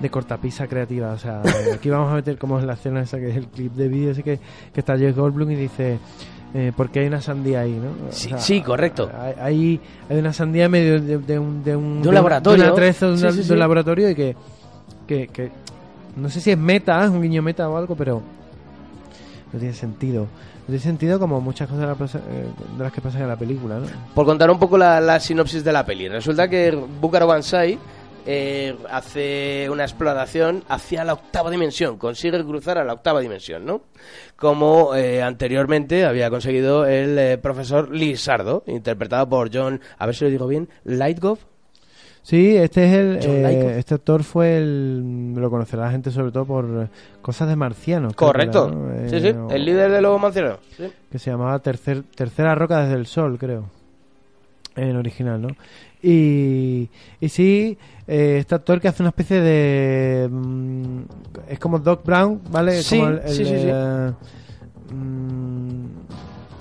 de cortapisa creativa, o sea, aquí vamos a meter como en la escena esa que es el clip de vídeo ese que, que está Jeff Goldblum y dice eh, ¿por qué hay una sandía ahí, no? O Sí, sea, sí, correcto. Hay, hay- hay una sandía en medio de, de un de un, De un laboratorio. de una atrezo de, Sí, una- sí, de sí. un laboratorio y que que, que no sé si es meta, es un guiño meta o algo, pero no tiene sentido. No tiene sentido como muchas cosas de, la pasa- eh, de las que pasan en la película, ¿no? Por contar un poco la, la sinopsis de la peli, resulta que Búcaro Banzai eh, hace una exploración hacia la octava dimensión, consigue cruzar a la octava dimensión, ¿no? Como eh, anteriormente había conseguido el eh, profesor Lizardo, interpretado por John, a ver si lo digo bien, Lightgov. Sí, este es el John eh, Lycos. este actor fue el lo conocerá la gente sobre todo por eh, cosas de marcianos. creo que era, Correcto. ¿no? Eh, sí, sí, o- el líder de los manceros. Sí. que se llamaba Tercer, Tercera Roca desde el Sol, creo. En el original, ¿no? Y, y sí, eh, este actor que hace una especie de. mm, es como Doc Brown, ¿vale? Es Sí, como el- el, sí, sí, sí. eh, mm,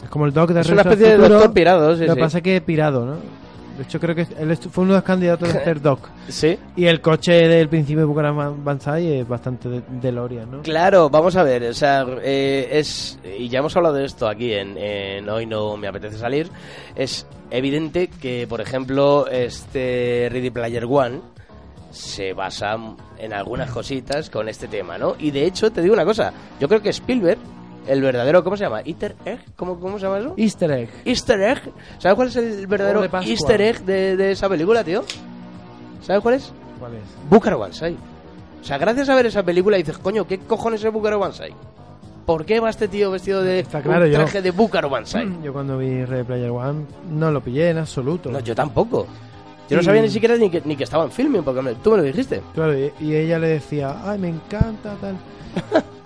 es como el Doc de Es Regreso una al especie de Futuro, doctor pirado, sí, Lo sí. que pasa es que pirado, ¿no? De hecho, creo que él estu- fue uno de los candidatos a ser Doc. Sí. Y el coche del principio de Bucaramanga Banzai es bastante de DeLorean, ¿no? Claro, vamos a ver, o sea, eh, es, y ya hemos hablado de esto aquí en, en Hoy no me apetece salir, es evidente que, por ejemplo, este Ready Player One se basa en algunas cositas con este tema, ¿no? Y de hecho, te digo una cosa, yo creo que Spielberg, el verdadero, ¿cómo se llama? ¿Eater Egg? ¿Cómo, ¿Cómo se llama eso? Easter egg. Easter Egg. ¿Sabes cuál es el verdadero de Pascua. Easter Egg de, de esa película, tío? ¿Sabes cuál es? ¿Cuál es? Booker Banzai. O sea, gracias a ver esa película dices, coño, ¿qué cojones es Booker Banzai? ¿Por qué va este tío vestido de Está claro, un yo- Mm. traje de Booker Banzai? Yo cuando vi Red Player One no lo pillé en absoluto. No, yo tampoco. Yo no Y- sabía ni siquiera ni que, ni que estaba en filming, porque me- tú me lo dijiste. Claro, y, y ella le decía, ay, me encanta, tal.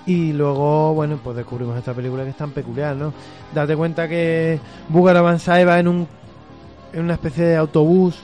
y luego, bueno, pues descubrimos esta película que es tan peculiar, ¿no? Date cuenta que Búgar Banzai va en, un, en una especie de autobús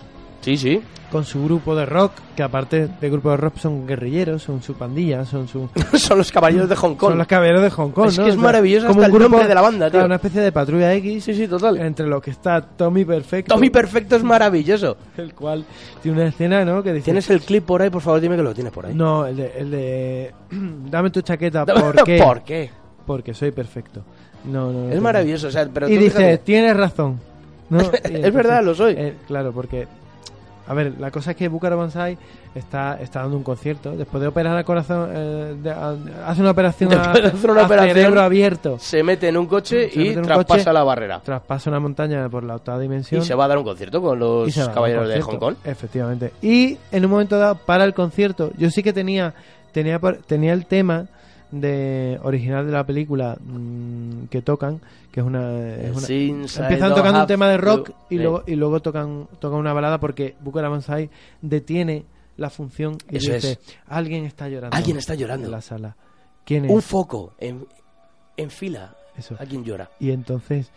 Sí, sí. con su grupo de rock, que aparte de grupo de rock son guerrilleros, son su pandilla, son su... Son los caballeros de Hong Kong. Son los caballeros de Hong Kong, Es ¿no? que es maravilloso como hasta un el grupo nombre de la banda, tío. claro, una especie de patrulla X, Sí, sí, total. entre los que está Tommy Perfecto. Tommy Perfecto es maravilloso. El cual tiene una escena, ¿no? Que dice... ¿Tienes el clip por ahí? Por favor, dime que lo tienes por ahí. No, el de... El de Dame tu chaqueta, ¿por qué? ¿Por qué? Porque soy perfecto. No, no, no, Es no. maravilloso, o sea, pero Y tú dice, fíjate- tienes razón. No, y entonces, verdad, lo soy. eh, claro, porque... A ver, la cosa es que Bucaro Banzai está, está dando un concierto. Después de operar al corazón... eh, de- a- hace una operación a, Después de hacer una a operación, cerebro abierto. se mete en un coche Se mete y en un traspasa coche. la barrera. Traspasa una montaña por la octava dimensión. Y se va a dar un concierto con y los se va, por caballeros de Hong cierto. Kong. Efectivamente. Y en un momento dado, para el concierto, yo sí que tenía tenía por- tenía el tema de original de la película mm, que tocan, que es una, es una- Since I empiezan don't tocando un have tema de rock to- eh. y Sí. luego y luego tocan tocan una balada porque Booker Banzai detiene la función y Eso dice, es. alguien está llorando. Alguien está llorando. en la sala. ¿Quién es? un foco en, en fila. Eso. ¿A quién llora? Y entonces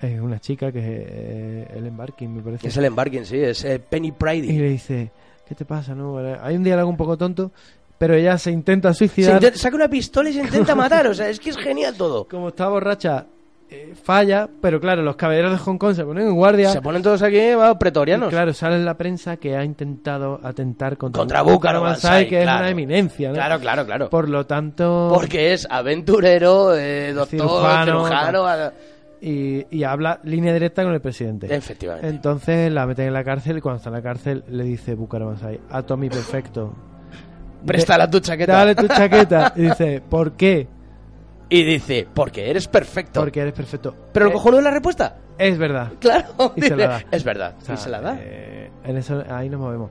es una chica que es el Embarking, me parece. Es el embarking, sí, es eh, Penny Y Pridey. le dice, ¿qué te pasa? No? Hay un diálogo un poco tonto, pero ella se intenta Se suicidar. inte- saca una pistola y se intenta matar, o sea, es que es genial todo. Como está borracha, eh, falla, pero claro, los caballeros de Hong Kong se ponen en guardia. Se ponen todos aquí, va, y pretorianos. claro, sale en la prensa que ha intentado atentar contra, Contra Búcaro Banzai, que es claro. una eminencia. ¿no? Claro, claro, claro. Por lo tanto, Porque es aventurero, eh, doctor, Cirujano, cirujano, a- y, y habla línea directa con el presidente. efectivamente. Entonces la meten en la cárcel y cuando está en la cárcel le dice Búcaro Banzai, a Tommy Perfecto. Préstala tu chaqueta. Dale tu chaqueta. Y dice, ¿por qué? Y dice, porque eres perfecto. Porque eres perfecto. Pero el Eh, cojonudo es la respuesta. Es verdad. Claro. Y se dice, la da. Es verdad. O sea, y se la da. eh, en eso, ahí nos movemos.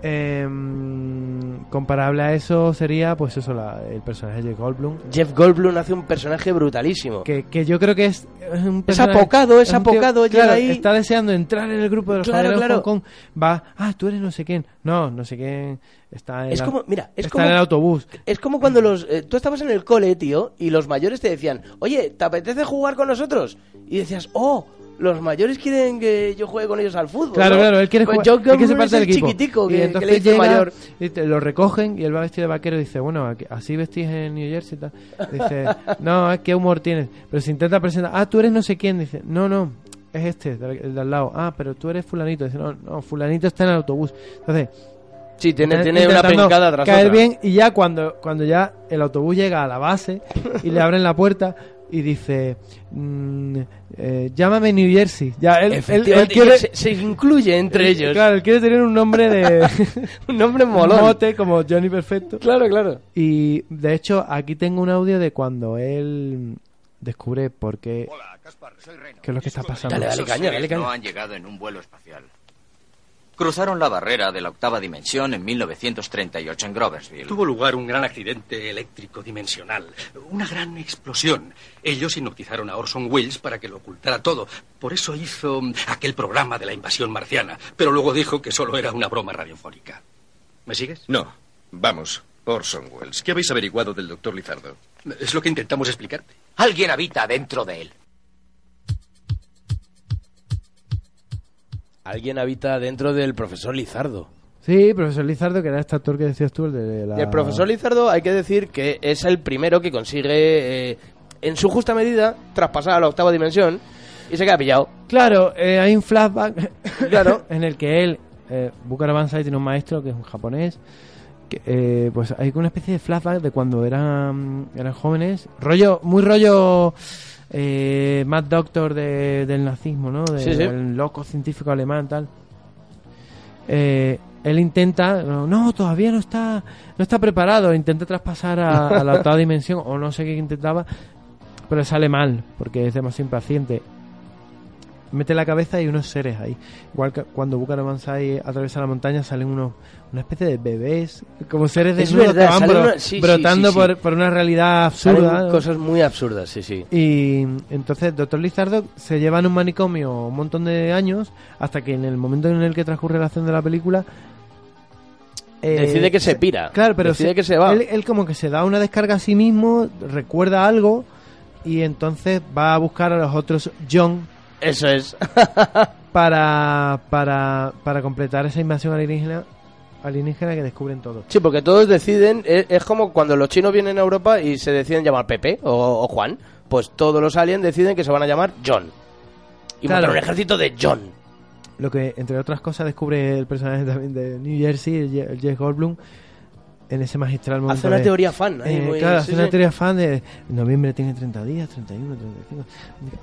Em, comparable a eso sería, pues eso, la- el personaje de Goldblum. Jeff Goldblum hace un personaje brutalísimo. Que, que yo creo que es, es un personaje- apocado, es un tío- apocado, llega claro, ahí. Está deseando entrar en el grupo de los Claro, caballeros de claro. Hong Kong. Va, ah, tú eres no sé quién. No, no sé quién. Está en, Es la- como- mira, es está como- en el autobús. Es como cuando los eh, tú estabas en el cole, tío, y los mayores te decían, oye, ¿te apetece jugar con nosotros? Y decías, oh, los mayores quieren que yo juegue con ellos al fútbol. Claro, ¿no? claro, él quiere Pues jugar. John él quiere ser Goldblum parte es del el equipo. chiquitico y que, entonces que le dice llega, mayor. y te- lo recogen y él va vestido de vaquero y dice, bueno, aquí- así vestís en New Jersey y tal. Dice, no, es que humor tienes. Pero se intenta presentar, ah, tú eres no sé quién. Dice, no, no, es este, del- el de al lado. Ah, pero tú eres fulanito. Dice, no, no, fulanito está en el autobús. Entonces, Sí, tiene, están tiene una intentando pencada tras caer otra. bien y ya cuando, cuando ya el autobús llega a la base y le abren la puerta y dice, mm, eh, llámame New Jersey. Ya, él, él- él, Efectivamente, y quiere... se, se incluye entre ellos. Eh, Claro, él quiere tener un nombre de Un nombre molón. mote como Johnny Perfecto. Claro, claro. Y de hecho, aquí tengo un audio de cuando él descubre por qué, Hola, Caspar, soy Reno. qué es lo que está pasando. Dale, dale, caña, dale, caña. No han llegado en un vuelo espacial. Cruzaron la barrera de la octava dimensión en 1938 en Groversville. Tuvo lugar un gran accidente eléctrico dimensional, una gran explosión. Ellos hipnotizaron a Orson Welles para que lo ocultara todo. Por eso hizo mm, aquel programa de la invasión marciana, pero luego dijo que solo era una broma radiofónica. ¿Me sigues? No, vamos, Orson Welles. ¿Qué habéis averiguado del doctor Lizardo? Es lo que intentamos explicarte. Alguien habita dentro de él. Alguien habita dentro del profesor Lizardo. Sí, profesor Lizardo, que era este actor que decías tú, el de la... El profesor Lizardo hay que decir que es el primero que consigue, eh, en su justa medida, traspasar a la octava dimensión. Y se queda pillado. Claro, eh, hay un flashback en el que él, eh, Bukaraban Sai tiene un maestro que es un japonés. que, eh, pues hay una especie de flashback de cuando eran, eran jóvenes. Rollo, muy rollo eh, Mad Doctor de- del nazismo, ¿no? De- Sí, sí. Del loco científico alemán, tal. Eh, él intenta, no, no, todavía no está, no está preparado. Intenta traspasar a, a la octava dimensión, o no sé qué intentaba, pero sale mal, porque es demasiado impaciente. Mete la cabeza y hay unos seres ahí. Igual que cuando Bucaramanga atraviesa la montaña, salen unos, una especie de bebés, como seres Es desnudos verdad, que van salen bro- una- sí, sí, brotando sí, sí. Por, por una realidad absurda. Salen ¿no? Cosas muy absurdas, sí, sí. Y entonces Doctor Lizardo se lleva en un manicomio un montón de años hasta que en el momento en el que transcurre la acción de la película... eh, Decide que se pira. Claro, pero Decide se- que se va. Él, él como que se da una descarga a sí mismo, recuerda algo y entonces va a buscar a los otros John Eso es. para, para, para completar esa invasión alienígena, alienígena que descubren todos. Sí, porque todos deciden, es, es como cuando los chinos vienen a Europa y se deciden llamar Pepe o, o Juan, pues todos los aliens deciden que se van a llamar John. Y Claro. montan un ejército de John. Lo que, entre otras cosas, descubre el personaje también de New Jersey, el Je- el Jeff Goldblum, en ese magistral momento. una de- teoría fan, ahí, Eh, muy- claro, sí, hace sí. una teoría fan de. Noviembre tiene 30 días, 31, 35.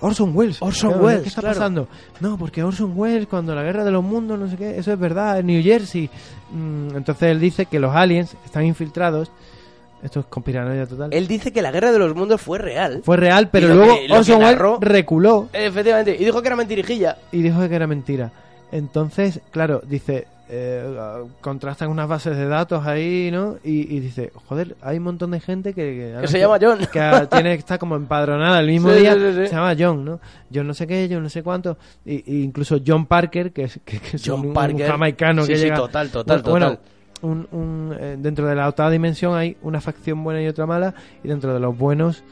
Orson Welles. Orson Claro, Welles, ¿Qué está claro. pasando? No, porque Orson Welles, cuando la guerra de los mundos, no sé qué, eso es verdad, en New Jersey. Mm, entonces él dice que los aliens están infiltrados. Esto es conspiranoia total. Él dice que la guerra de los mundos fue real. Fue real, pero Y lo luego que- lo que Orson Welles narró- reculó Efectivamente, y dijo que era mentirijilla. y dijo que era mentira. Entonces, claro, dice, eh, contrastan unas bases de datos ahí, ¿no? Y, y dice, joder, hay un montón de gente que... Que, ahora se llama John. Que ah, tiene, está como empadronada el mismo Sí, día. sí, sí, sí. Se llama John, ¿no? John no sé qué, John no sé cuánto. Y, y incluso John Parker, que es, que, que es John un, un Parker. jamaicano Sí, que sí, llega... total, total, bueno, total. un- un, eh, dentro de la octava dimensión hay una facción buena y otra mala. Y dentro de los buenos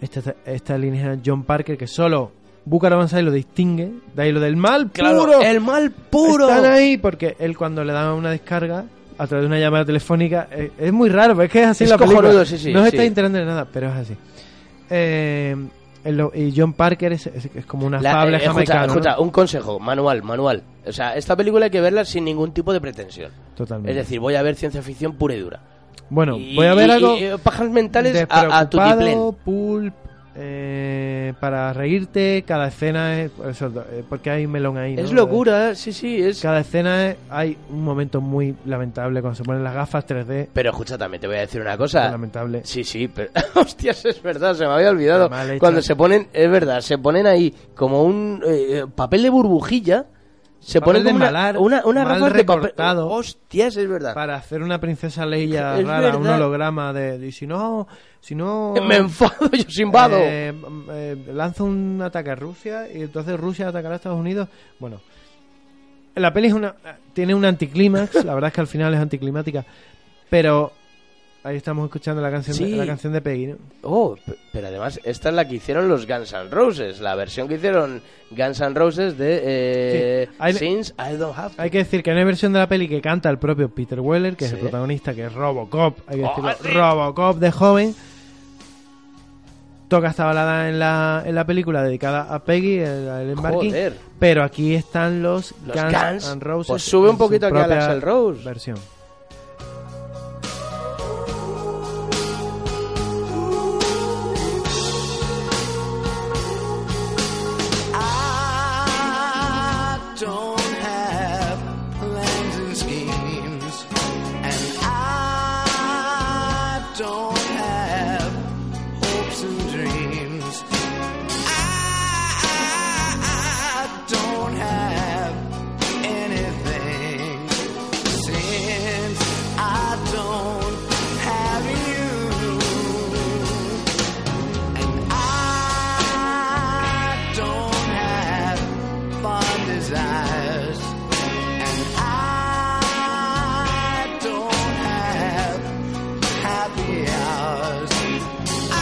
esta, esta alienígena John Parker que solo Bucaramanga lo distingue, de ahí lo del mal Claro, puro. el mal puro. Están ahí porque él cuando le da una descarga a través de una llamada telefónica eh, es muy raro, pero es que es así Es la película. cojonudo, sí, sí, no se sí. está enterando de nada, pero es así. Eh, el lo- y John Parker es, es- es como una La- fable eh, escucha, jamaicana, ¿no? escucha, un consejo, manual, manual. O sea, esta película hay que verla sin ningún tipo de pretensión. Totalmente. Es decir, voy a ver ciencia ficción pura y dura. bueno, Y- voy a ver y- algo y, eh, pajas mentales a, a tu despreocupado, pulp, eh, para reírte, cada escena es eso, eh, porque hay un melón ahí. Es ¿no? locura, sí, sí, es... Cada escena es- hay un momento muy lamentable cuando se ponen las gafas 3D. Pero escucha, también te voy a decir una cosa. Lamentable. Sí, sí, pero... Hostias, es verdad, se me había olvidado. Está mal hecha. Cuando se ponen, es verdad, se ponen ahí como un eh, papel de burbujilla. Se Papel ponen de como una- embalar, una, una, mal gafas de papel. recortado. Hostias, es verdad. Para hacer una princesa Leia Es rara, un verdad. holograma de, de- si no, si no Me enfado, yo sin vado. eh, mm, eh, lanza un ataque a Rusia y entonces Rusia atacará a Estados Unidos. Bueno, la peli es una tiene un anticlímax, la verdad es que al final es anticlimática, pero ahí estamos escuchando la canción de, Sí. la canción de Peggy, ¿no? Oh, pe- pero además esta es la que hicieron los Guns N' Roses, la versión que hicieron Guns N' Roses de eh, Sí, hay- Since I Don't Have to. Hay que decir que hay una versión de la peli que canta el propio Peter Weller, que es el Sí. protagonista, que es Robocop. Hay que Oh, decirlo, sí. Robocop de joven. Toca esta balada en la, en la película dedicada a Peggy, el, el embarque. Joder. Pero aquí están los, Los Guns, Guns. N' Roses. Pues sube un en su poquito aquí al propia Axl Rose. Versión. I don't have plans and schemes, and I don't have hopes and dreams. I don't have anything since I don't have you. I don't have fond desires, and I don't have happy hours. I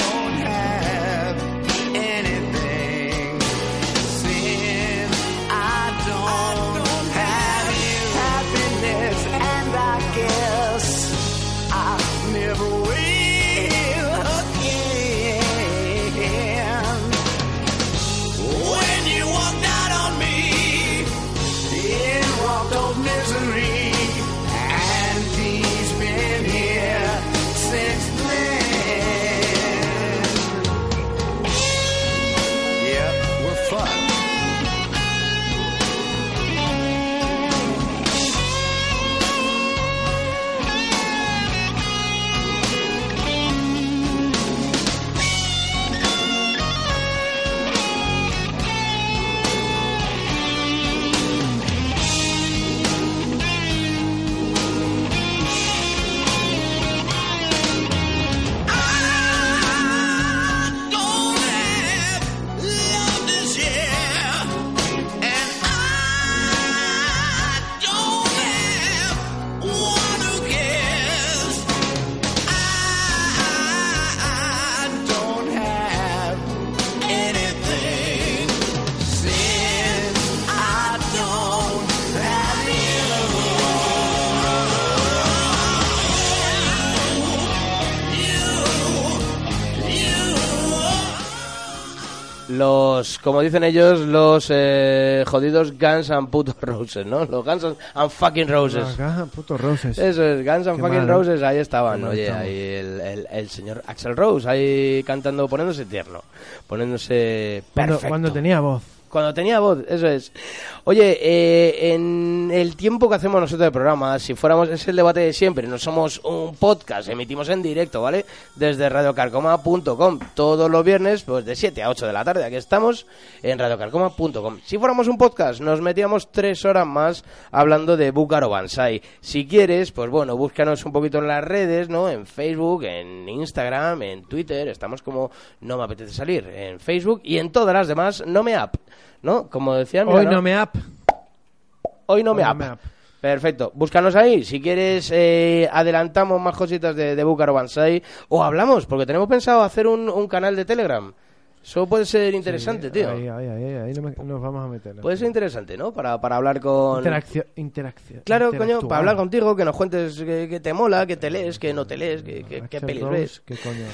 don't have anything since I don't have happiness, and I guess I never will again. los, como dicen ellos, los eh, jodidos Guns and putos Roses, ¿no? Los Guns and, and fucking Roses. Los Guns and putos Roses. Eso es, Guns and Qué fucking mal. ¿eh? Roses, ahí Qué estaban, mal oye, estamos. ahí el, el- el señor Axel Rose, ahí cantando, poniéndose tierno, poniéndose Cuando, perfecto. cuando tenía voz. Cuando tenía voz, eso es. Oye, eh, en el tiempo que hacemos nosotros de programa, si fuéramos, es el debate de siempre, no somos un podcast, emitimos en directo, ¿vale? Desde radiocarcoma.com, todos los viernes, pues de 7 a 8 de la tarde, aquí estamos en radiocarcoma.com. Si fuéramos un podcast, nos metíamos tres horas más hablando de Búcaro Banzai. Si quieres, pues bueno, búscanos un poquito en las redes, ¿no? En Facebook, en Instagram, en Twitter, estamos como No Me Apetece Salir, en Facebook y en todas las demás, No Me App, ¿no? Como decían... mira, Hoy no me app. Hoy no me Hoy no app. me app. Perfecto, búscanos ahí. Si quieres, eh, adelantamos más cositas de, de Búcaro Banzai o hablamos, porque tenemos pensado hacer un, un canal de Telegram. Eso puede ser interesante, tío. Ahí, ahí, ahí, ahí, ahí no me- nos vamos a meter. Puede ser interesante, ¿no? Para, para hablar con... Interacción. interacción Claro, coño, para hablar contigo, que nos cuentes que, que te mola, que te lees, que no te lees, que, que- que pelis ves. Ah, ¿Qué coño?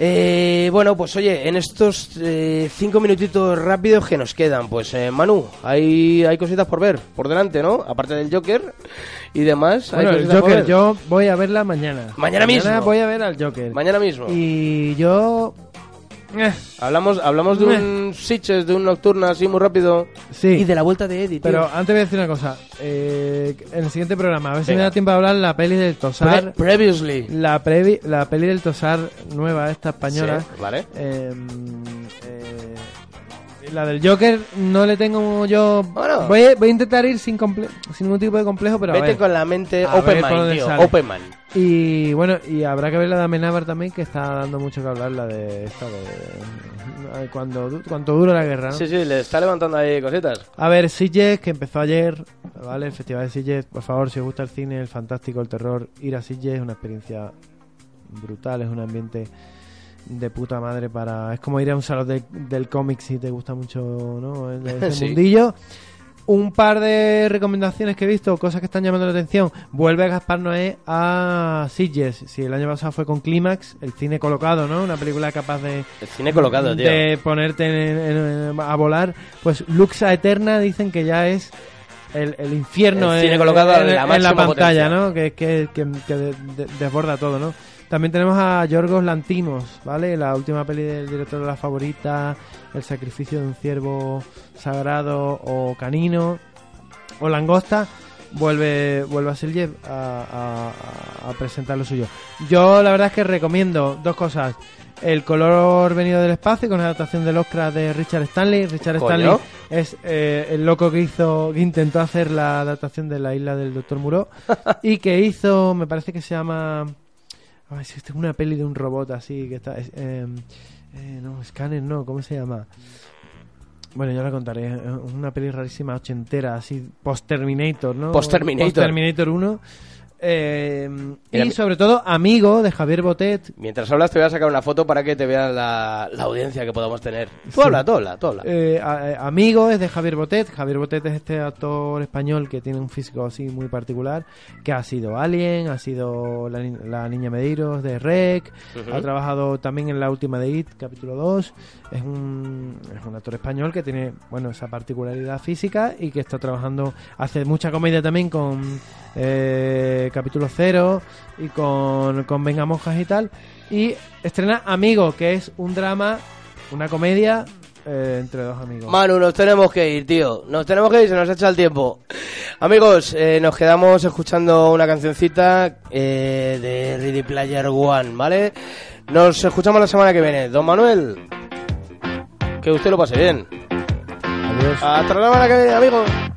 Eh, bueno, pues oye, en estos eh, cinco minutitos rápidos que nos quedan, pues eh, Manu, hay, hay cositas por ver, por delante, ¿no? Aparte del Joker y demás. hay Bueno, el cositas por Joker, ver. yo voy a verla mañana. Mañana mismo. voy a ver al Joker. Mañana mismo. Y yo. Eh, Hablamos, hablamos de Meh. un Sitches, de un Nocturna así muy rápido. Sí. Y de la vuelta de Eddie, tío. Pero antes voy a decir una cosa. Eh, en el siguiente programa, a ver si Venga. me da tiempo a hablar la peli del Pre- Tosar. previously. la, previ- la peli del Tosar nueva, esta española. Sí, vale. Eh, eh, la del Joker no le tengo yo. Bueno. Voy, a, voy a intentar ir sin, comple- sin ningún tipo de complejo, pero. a Vete ver. con la mente A open ver por mind, dónde tío. sale. Open mind. Y bueno, y habrá que ver la de Amenábar también, que está dando mucho que hablar, la de esta de. ay, Cuando, du- cuanto dura la guerra, ¿no? Sí, sí, le está levantando ahí cositas. A ver, Sitges, que empezó ayer, ¿vale? El Festival de Sitges, por favor, si os gusta el cine, el fantástico, el terror, ir a Sitges es una experiencia brutal, es un ambiente de puta madre para... Es como ir a un salón de- del cómic si te gusta mucho, ¿no? El de ese Sí. mundillo. Un par de recomendaciones que he visto, cosas que están llamando la atención. Vuelve Gaspar Noé a Sitges. Si el año pasado fue con Clímax, el cine colocado, ¿no? Una película capaz de El cine colocado, tío. de ponerte en- en- en- a volar. Pues Luxa Eterna dicen que ya es el, el infierno El en- cine colocado a en, la en máxima pantalla, potencia. ¿no? Que, que, que- que de- de- desborda todo, ¿no? También tenemos a Yorgos Lantimos, ¿vale? La última peli del director de la favorita, El sacrificio de un ciervo sagrado o canino o langosta vuelve vuelve a Silje a, a- a presentar lo suyo. Yo la verdad es que recomiendo dos cosas. El color venido del espacio con la adaptación del Oscar de Richard Stanley. Richard Coño. Stanley es eh, el loco que hizo, que intentó hacer la adaptación de la isla del Doctor Muró y que hizo, me parece que se llama, ay, si esto es una peli de un robot así que está, es, eh, eh, no, Scanner, no, ¿cómo se llama? Bueno, ya lo contaré. Es Una peli rarísima, ochentera, así, post-Terminator, ¿no? Post-Terminator. Post-Terminator 1. Eh, Mira, y mi- sobre todo, amigo de Javier Botet. Mientras hablas te voy a sacar una foto para que te vea la, la audiencia que podamos tener. Tú Sí. habla, tú habla, tú habla. Eh, a- eh, amigo es de Javier Botet. Javier Botet es este actor español que tiene un físico así muy particular, que ha sido Alien, ha sido La, ni- la Niña Medeiros de Rec, Ujú. ha trabajado también en la última de IT, capítulo 2. Es un, es un actor español que tiene bueno esa particularidad física y que está trabajando, hace mucha comedia también con eh, capítulo 0 y con, con Venga Monjas y tal. Y estrena Amigo, que es un drama, una comedia eh, entre dos amigos. Manu, nos tenemos que ir, tío. Nos tenemos que ir, se nos ha echado el tiempo. Amigos, eh, nos quedamos escuchando una cancioncita eh, de Ready Player One, ¿vale? Nos escuchamos la semana que viene. Don Manuel, que usted lo pase bien. Adiós. Hasta la semana que viene, amigos. Oh, Oh, Oh,